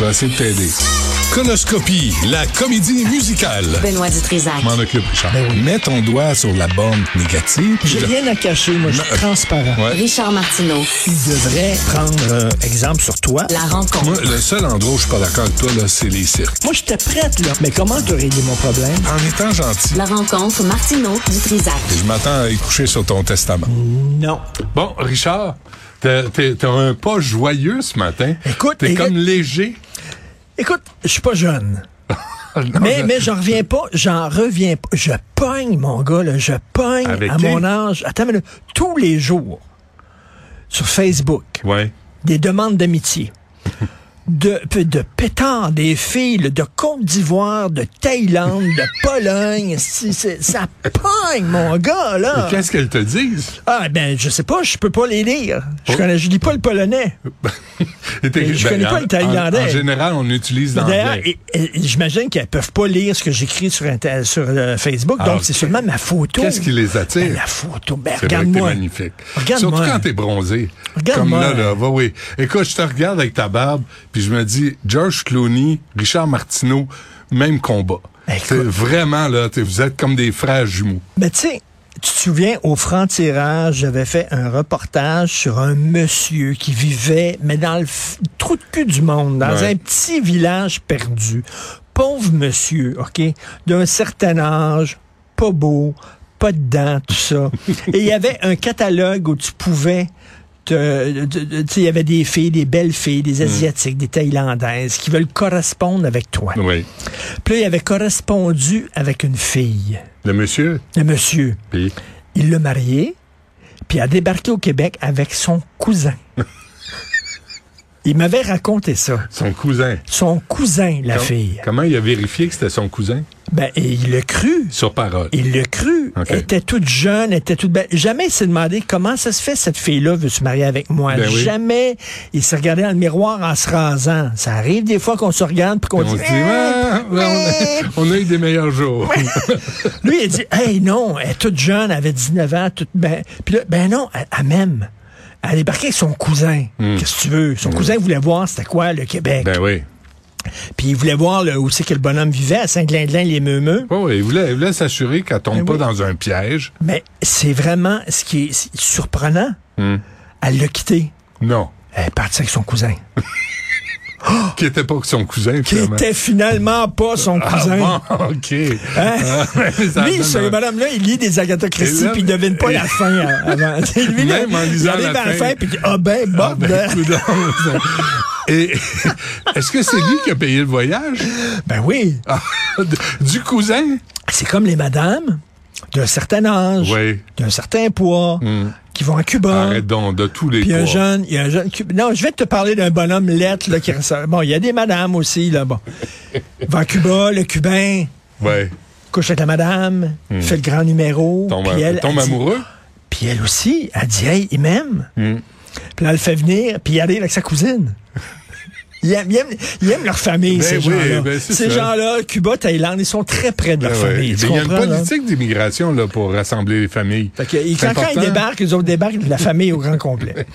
vais essayer de t'aider. Conoscopie, la comédie musicale. Benoît Dutrisac. M'en occupe, Richard. Ben Mets ton doigt sur la bande négative. J'ai rien à cacher, moi, je suis transparent. Ouais. Richard Martineau. Il devrait prendre euh, exemple sur toi. La rencontre. Moi, le seul endroit où je suis pas d'accord avec toi, là, c'est les cirques. Moi, j'étais prête, là. Mais comment t'as réglé mon problème? En étant gentil, La rencontre Martineau Dutrisac. je m'attends à y coucher sur ton testament. Mm. Non. Bon, Richard, t'as t'es- t'as un pas joyeux ce matin. Écoute, T'es Éric- comme léger. Écoute, je suis pas jeune. Non, Mais, je- mais j'en reviens pas, j'en reviens pas. Je pogne, mon gars, là, je pogne Avec à qui? mon âge, attends, mais tous les jours, sur Facebook, Ouais. des demandes d'amitié, de, de pétards, des filles là, de Côte d'Ivoire, de Thaïlande, de Pologne, si, c'est- ça pogne, mon gars, là. Mais Qu'est-ce qu'elles te disent? Ah, ben, je sais pas, je peux pas les lire. Je Oh. connais, je lis pas le polonais. Et t'es- Ben, Je connais pas en- le Thaïlandais. En, en général, on utilise D'ailleurs, l'anglais. et- et- j'imagine qu'elles peuvent pas lire ce que j'écris sur, Inter- sur euh, Facebook, Alors, donc c'est seulement ma photo. Ah, Qu'est-ce qui les attire? Ben, La photo. Ben, C'est vrai que t'es regarde-moi. magnifique. Regarde-moi. Surtout quand t'es bronzé. Regarde-moi. Comme là, là. Va, oui. Écoute, je te regarde avec ta barbe, puis je me dis, George Clooney, Richard Martineau, même combat. Écoute. C'est vraiment, là, t'es- vous êtes comme des frères jumeaux. Ben, tu sais, tu te souviens, au franc-tirage, j'avais fait un reportage sur un monsieur qui vivait, mais dans le f- trou de cul du monde, dans Ouais. un petit village perdu. Pauvre monsieur, OK, d'un certain âge, pas beau, pas de dents, tout ça. Et il y avait un catalogue où tu pouvais te- te- te- tu sais, il y avait des filles, des belles filles, des Asiatiques, des Thaïlandaises qui veulent correspondre avec toi. Oui. Puis là, il avait correspondu avec une fille, Le monsieur, le monsieur. puis... Il l'a marié, puis a débarqué au Québec avec son cousin. Il m'avait raconté ça. Son cousin. Son cousin, la Com- fille. Comment il a vérifié que c'était son cousin? Ben, et il l'a cru. Sur parole. Il l'a cru. Ok. Elle était toute jeune, elle était toute belle. Jamais il s'est demandé comment ça se fait, cette fille-là veut se marier avec moi. Ben oui. Jamais il s'est regardé dans le miroir en se rasant. Ça arrive des fois qu'on se regarde puis qu'on Ben On dit, se dit, Eh, Ah, on a- on, a eu des meilleurs jours. Lui, il dit Hey, non, elle est toute jeune, elle avait 19 ans, toute. Ben, puis là, ben non, elle, elle m'aime. Elle débarquait avec son cousin. Qu'est-ce que tu veux? Son cousin voulait voir c'était quoi le Québec. Ben oui. Puis il voulait voir là, où c'est que le bonhomme vivait, à Saint-Glindelin, les Meumeux. Oh, il voulait, il voulait s'assurer qu'elle tombe Ben pas oui. dans un piège. Mais c'est vraiment ce qui est c'est surprenant. Elle l'a quitté. Non. Elle est partie avec son cousin. Qui était pas que son cousin, Oh. Qui finalement. était finalement pas son cousin. Ah bon, OK. Hein? Mais ça Lui, donne ce un- madame-là, il lit des Agatha Christie Et là- puis il devine pas et- la fin euh, avant. Lui, là, Même en il lisant arrive la à la fin. fin puis il dit, ah ben, Ah, bordel. ben, coudonc, ça- Et est-ce que c'est lui qui a payé le voyage? ben oui. Ah, du cousin? C'est comme les madames d'un certain âge, Oui. Hmm. d'un certain poids, qui vont à Cuba. Arrête donc, de tous les Ah. Puis un poids. jeune, il y a un jeune. qui- Non, je vais te parler d'un bonhomme lettre là, qui ressort. Bon, il y a des madames aussi, là, bon. Il va à Cuba, le Cubain, Ouais. couche avec la madame, fait le grand numéro. Hmm. Tombe, puis elle, tombe elle dit- amoureux? Hmm. Puis elle aussi, elle dit Hey, il m'aime. Puis là, elle le fait venir, puis il arrive avec sa cousine. Ils aiment, il aime- il aime leur famille, Ben ces oui, gens-là. ben c'est ces ça. gens-là, Cuba, Thaïlande, ils sont très près de leur Ah ouais. famille. Mais tu Il y a une comprends, là? politique d'immigration là, pour rassembler les familles. Fait que, ils- C'est quand, quand ils important débarquent, ils autres débarquent de la famille au grand complet.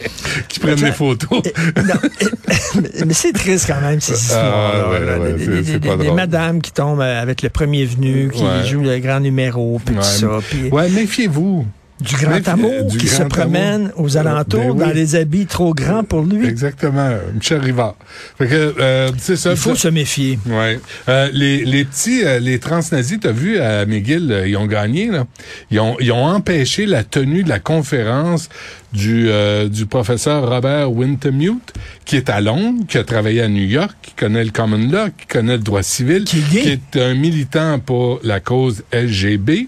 qu'ils prennent des photos. Et- non, et- mais c'est triste quand même, ces histoires-là. Ah, ouais, là, ouais, des, c'est- des- c'est des- pas des drôle. madames qui tombent euh, avec le premier venu, qui Ouais. joue le grand numéro, puis Ouais, tout ça. mais- puis ouais, méfiez-vous. Du grand Méfiez- amour euh, du qui grand se amour. promène aux alentours Ben oui. dans des habits trop grands pour lui. Exactement, Michel Rivard. Fait que, euh, c'est ça. Il faut se méfier. Ouais. Euh, les, les petits, euh, les transnazis, t'as vu à McGill, euh, ils ont gagné là. Ils ont, ils ont empêché la tenue de la conférence du euh, du professeur Robert Wintermute, qui est à Londres, qui a travaillé à New York, qui connaît le common law, qui connaît le droit civil, Qui est gay. qui est un militant pour la cause LGB,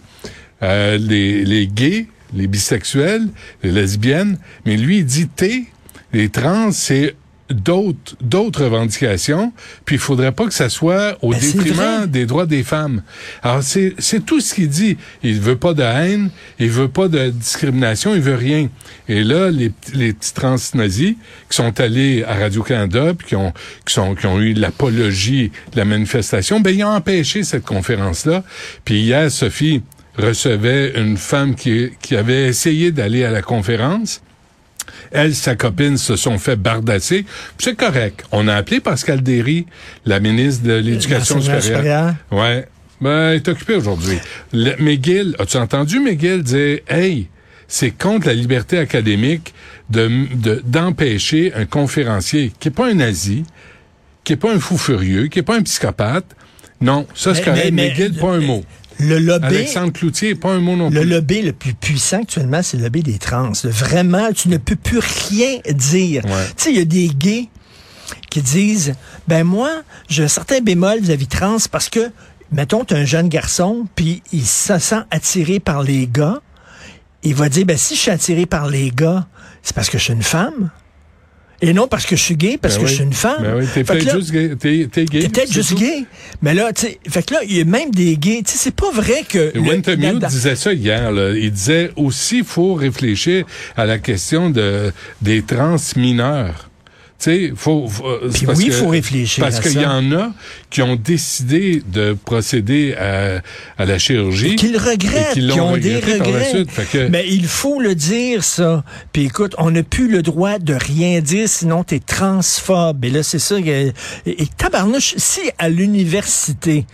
euh, les les gays, les bisexuels, les lesbiennes. Mais lui, il dit T, les trans, c'est d'autres d'autres revendications, puis il faudrait pas que ça soit au Ben, c'est vrai. détriment des droits des femmes. Alors c'est c'est tout ce qu'il dit. Il veut pas de haine, il veut pas de discrimination, il veut rien. Et là les p- les petits trans nazis qui sont allés à Radio Canada puis qui ont qui sont qui ont eu l'apologie de la manifestation, ben ils ont empêché cette conférence là. Puis hier Sophie recevait une femme qui qui avait essayé d'aller à la conférence Elle, sa copine se sont fait bardasser. Puis C'est correct. On a appelé Pascal Derry, la ministre de l'Éducation L'enseignement supérieure. Ouais. Ben, elle est occupée aujourd'hui. Le- McGill, as-tu entendu McGill dire, hey, c'est contre la liberté académique de, de- d'empêcher un conférencier qui est pas un nazi, qui est pas un fou furieux, qui est pas un psychopathe. Non, ça c'est Mais- correct. mais- McGill, mais- pas un mot. Le lobby, Alexandre Cloutier, pas un mot non le plus. lobby le plus puissant actuellement, c'est le lobby des trans. Vraiment, tu ne peux plus rien dire. Ouais. Tu sais, il y a des gays qui disent, ben moi, j'ai un certain bémol vis-à-vis trans parce que, mettons, t'es un jeune garçon, puis il se sent attiré par les gars. Il va dire, ben si je suis attiré par les gars, c'est parce que je suis une femme. Et non parce que je suis gay, parce Ben que oui. je suis une femme. Ben oui, t'es Fait que peut-être là- juste gay. T'es, t'es gay. T'es peut-être c'est juste tout. gay. Mais là, tu sais, fait que là, il y a même des gays. Tu sais, c'est pas vrai que. le- Wintermute là-dedans- disait ça hier. là. Il disait aussi faut réfléchir à la question de des trans mineurs. Tu sais, faut. faut- euh, c'est oui, faut réfléchir Parce à qu'il ça. y en a qui ont décidé de procéder à, à la chirurgie. Et qu'ils regrettent, et qu'ils qu'ils l'ont ont des regretté par la regrets. suite. Fait que- Mais il faut le dire, ça. Puis écoute, on n'a plus le droit de rien dire, sinon t'es transphobe. Et là, c'est ça. que- Et, et tabarnouche, si à l'université,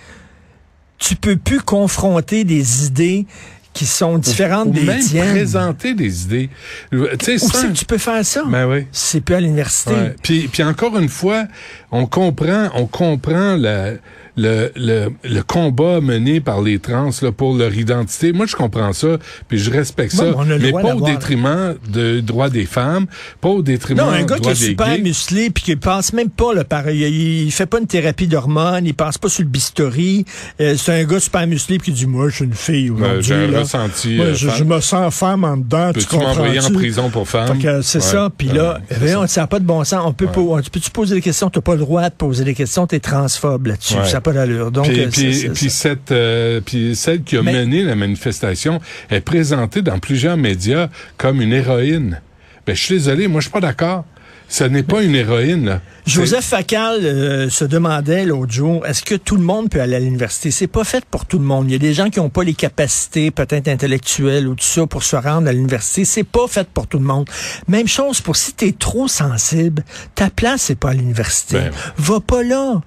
tu peux plus confronter des idées qui sont différentes Ou des même tiennes, présenter des idées. Tu sais, où sans- c'est que tu peux faire ça? Ben oui. C'est plus à l'université. Ouais. Puis, puis encore une fois, on comprend, on comprend la- le, le, le combat mené par les trans là, pour leur identité. Moi, je comprends ça, puis je respecte Ouais, ça, mais on a le mais droit pas au d'avoir- détriment du droit des femmes, pas au détriment Non, un du gars qui droit est des super gays. musclé puis qui pense même pas le pareil, il, il fait pas une thérapie d'hormones, il pense pas sur le bistouri. Euh, c'est un gars super musclé puis qui dit moi je suis une fille aujourd'hui j'ai un là. ressenti, Moi, euh, je, je femme. me sens femme en dedans, tu Peux-tu comprends m'envoyer en prison pour femme? c'est Ouais. ça, puis là, Ouais, ben, c'est on- ça n'a pas de bon sens. On peut pas, on- tu peux-tu poser des questions? T'as pas le droit de poser des questions, t'es transphobe là-dessus, Ouais. ça n'a pas d'allure. Donc, Puis, euh, c'est- puis- c'est- puis c'est- cette, euh, puis celle qui a Mais- mené la manifestation est présentée dans plusieurs médias comme une héroïne. Ben, je suis désolé, moi, je suis pas d'accord. Ce n'est pas une héroïne. là. Joseph Facal euh, se demandait l'autre jour, est-ce que tout le monde peut aller à l'université? C'est pas fait pour tout le monde. Il y a des gens qui n'ont pas les capacités, peut-être intellectuelles ou tout ça, pour se rendre à l'université. C'est pas fait pour tout le monde. Même chose pour si t'es trop sensible, ta place, c'est pas à l'université. Ben. Va pas là.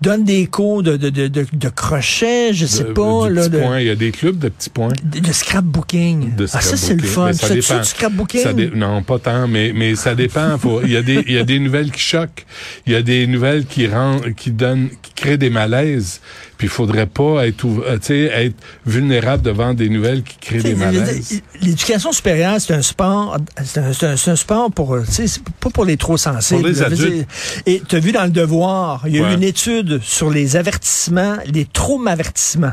Donne des cours de, de, de, de, de crochet, je sais De- pas, Euh, du là, petit de, point. Il y a des clubs de petits points. de- de scrapbooking. De ah, ça, c'est le scrapbooking. fun. Mais ça Ça, tu fais dépend. du scrapbooking? Ça dé- non, pas tant, mais, mais ça dépend. Faut- Il y, a des- il y a des nouvelles qui choquent. Il y a des nouvelles qui rendent, qui donnent, qui créent des malaises. Puis il faudrait pas être, ouv- euh, tu sais, être vulnérable devant des nouvelles qui créent des malaises. L'éducation supérieure, c'est un sport, c'est un, c'est un- c'est un sport pour, euh, tu sais, c'est pas pour les trop sensibles. Pour les Je veux adultes. dire, Et tu as vu dans le devoir, il y a eu Ouais. une étude sur les avertissements, les traumavertissements.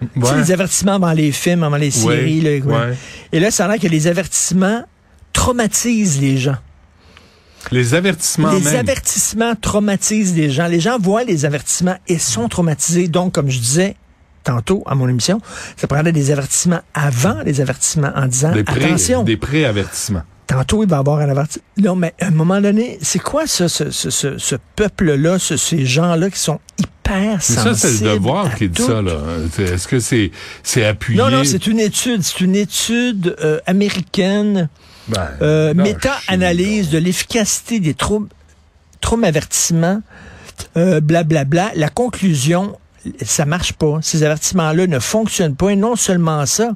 Tu sais, Ouais. les avertissements avant les films, avant les séries. Ouais, là, ouais. ouais. Et là, ça a l'air que les avertissements traumatisent les gens. Les avertissements Les même. avertissements traumatisent les gens. Les gens voient les avertissements et sont traumatisés. Donc, comme je disais tantôt à mon émission, ça prendrait des avertissements avant les avertissements en disant Des pré- attention. Des pré-avertissements. Tantôt, il va y avoir un avertissement. Non, mais à un moment donné, c'est quoi ça, ce, ce, ce, ce peuple-là, ce- ces gens-là qui sont hyper Mais sensibles ça, c'est le à devoir qui dit tout? ça, là. C'est- Est-ce que c'est, c'est appuyé? Non, non, c'est une étude. C'est une étude euh, américaine Ben, Euh, non, méta-analyse de l'efficacité des troubles, troubles avertissements, euh, blablabla. La conclusion, ça marche pas. Ces avertissements-là ne fonctionnent pas. Et non seulement ça,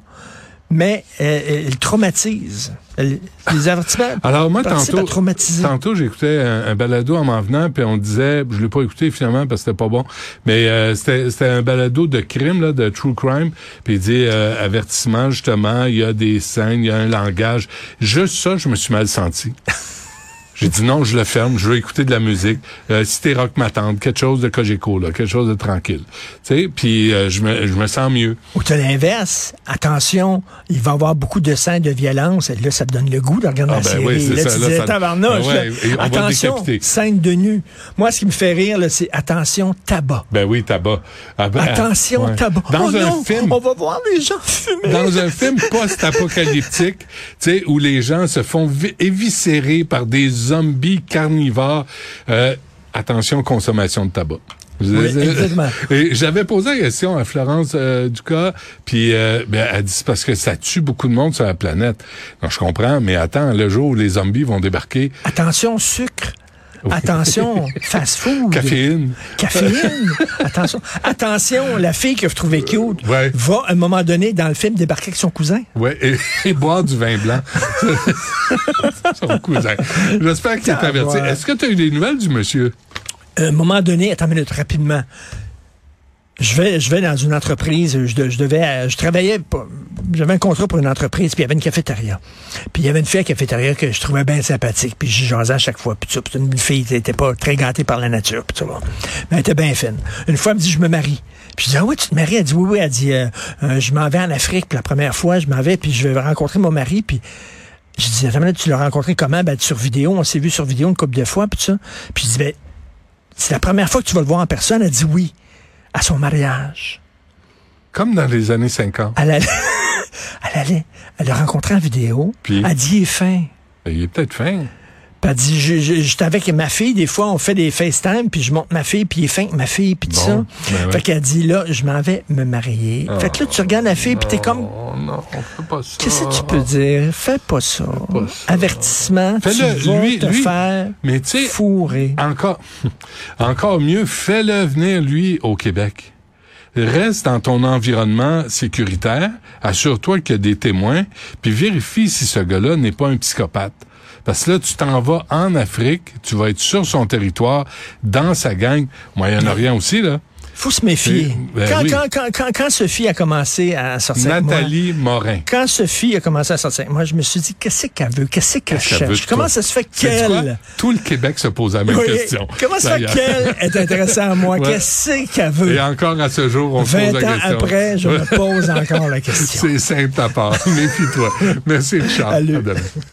mais euh, euh, ils traumatisent. Elles- Les avertissements Alors moi participent à tantôt, traumatiser. tantôt j'écoutais un, un balado en m'en venant puis on disait je l'ai pas écouté finalement parce que c'était pas bon mais euh, c'était c'était un balado de crime là de true crime puis il dit euh, avertissement justement il y a des scènes il y a un langage juste ça je me suis mal senti j'ai dit non je le ferme je veux écouter de la musique euh, cité rock ma tante quelque chose de cogeco là quelque chose de tranquille tu sais puis euh, je me je me sens mieux Ou tu as l'inverse. Attention, il va y avoir beaucoup de scènes de violence. Et là, ça te donne le goût de regarder Ah, la ben série. oui, c'est là, ça, tu là, disais, ça- tabarnouche, Ah ouais, et là. on va le attention, décapiter. scène de nu. Moi, ce qui me fait rire, là, c'est attention, tabac. ben oui tabac Ah, ben, Attention, ouais. tabac. dans Oh un non, film On va voir les gens fumer. dans un film post-apocalyptique, tu sais, où les gens se font vi- éviscérer par des zombies carnivores. euh, attention consommation de tabac. Oui, exactement. Et j'avais posé la question à Florence euh, Ducas, puis euh, ben, elle dit c'est parce que ça tue beaucoup de monde sur la planète. Non, je comprends, mais attends, le jour où les zombies vont débarquer, Attention, sucre. Attention, fast-food. caféine. Caféine. Attention. Attention, la fille que vous trouvez cute Ouais. va, à un moment donné, dans le film, débarquer avec son cousin. Ouais, et, et boire du vin blanc. Son cousin. J'espère qu'il est Ah, averti. ouais. Est-ce que tu as eu des nouvelles du monsieur? À Euh, un moment donné, attends une minute, rapidement. Je vais, je vais dans une entreprise, je, de- je devais, euh, je travaillais, pas- j'avais un contrat pour une entreprise, puis il y avait une cafétéria. Puis il y avait une fille à la cafétéria que je trouvais bien sympathique, puis j'y jasais à chaque fois, puis tout ça, puis c'est une fille qui n'était pas très gâtée par la nature, puis tout ça. Mais elle était bien fine. Une fois, elle me dit, je me marie. Puis je dis, ah oui, tu te maries? Elle dit, oui, oui, elle dit, Euh, euh, je m'en vais en Afrique, puis la première fois, je m'en vais, puis je vais rencontrer mon mari, puis je dis, attends une minute, tu l'as rencontré comment? Ben, sur vidéo, on s'est vu sur vidéo une couple de fois, puis tout ça. Puis je dis, ben, c'est la première fois que tu vas le voir en personne. Elle dit oui à son mariage. Comme dans les années 50. Elle allait, elle allait, elle l'a rencontré en vidéo. Puis? Elle dit il est fin. Il est peut-être fin. Puis elle dit, je- je- j'étais avec ma fille, des fois on fait des FaceTime, puis je monte ma fille, puis il est fin que ma fille, puis tout Bon, ça. ben ouais. Fait qu'elle dit, là, je m'en vais me marier. fait que là, tu regardes la fille, puis t'es comme, Oh non, on fait pas ça. qu'est-ce que tu Oh. peux dire? Fais pas ça. Avertissement, Fais-le, tu vas lui- te lui- faire Mais tu sais, fourrer. encore, encore mieux, fais-le venir, lui, au Québec. Reste dans ton environnement sécuritaire, assure-toi qu'il y a des témoins, puis vérifie si ce gars-là n'est pas un psychopathe. Parce que là, tu t'en vas en Afrique, tu vas être sur son territoire, dans sa gang, Moyen-Orient aussi, là. Faut se méfier. Et- ben quand, oui. quand, quand, quand, quand Sophie a commencé à sortir avec moi- Nathalie Morin. quand Sophie a commencé à sortir, moi, je me suis dit, qu'est-ce qu'elle veut? Qu'est-ce qu'elle Qu'est-ce qu'elle cherche? veut de toi? Comment ça se fait Sais-tu quoi? qu'elle... Tout le Québec se pose la même Oui, question. Comment ça se fait D'ailleurs. qu'elle est intéressée à moi? Ouais. Qu'est-ce qu'elle veut? Et encore à ce jour, on se 20 pose ans la question. après, je Ouais. me pose encore la question. C'est simple à part. Méfie-toi. Merci, Richard. Salut. À demain.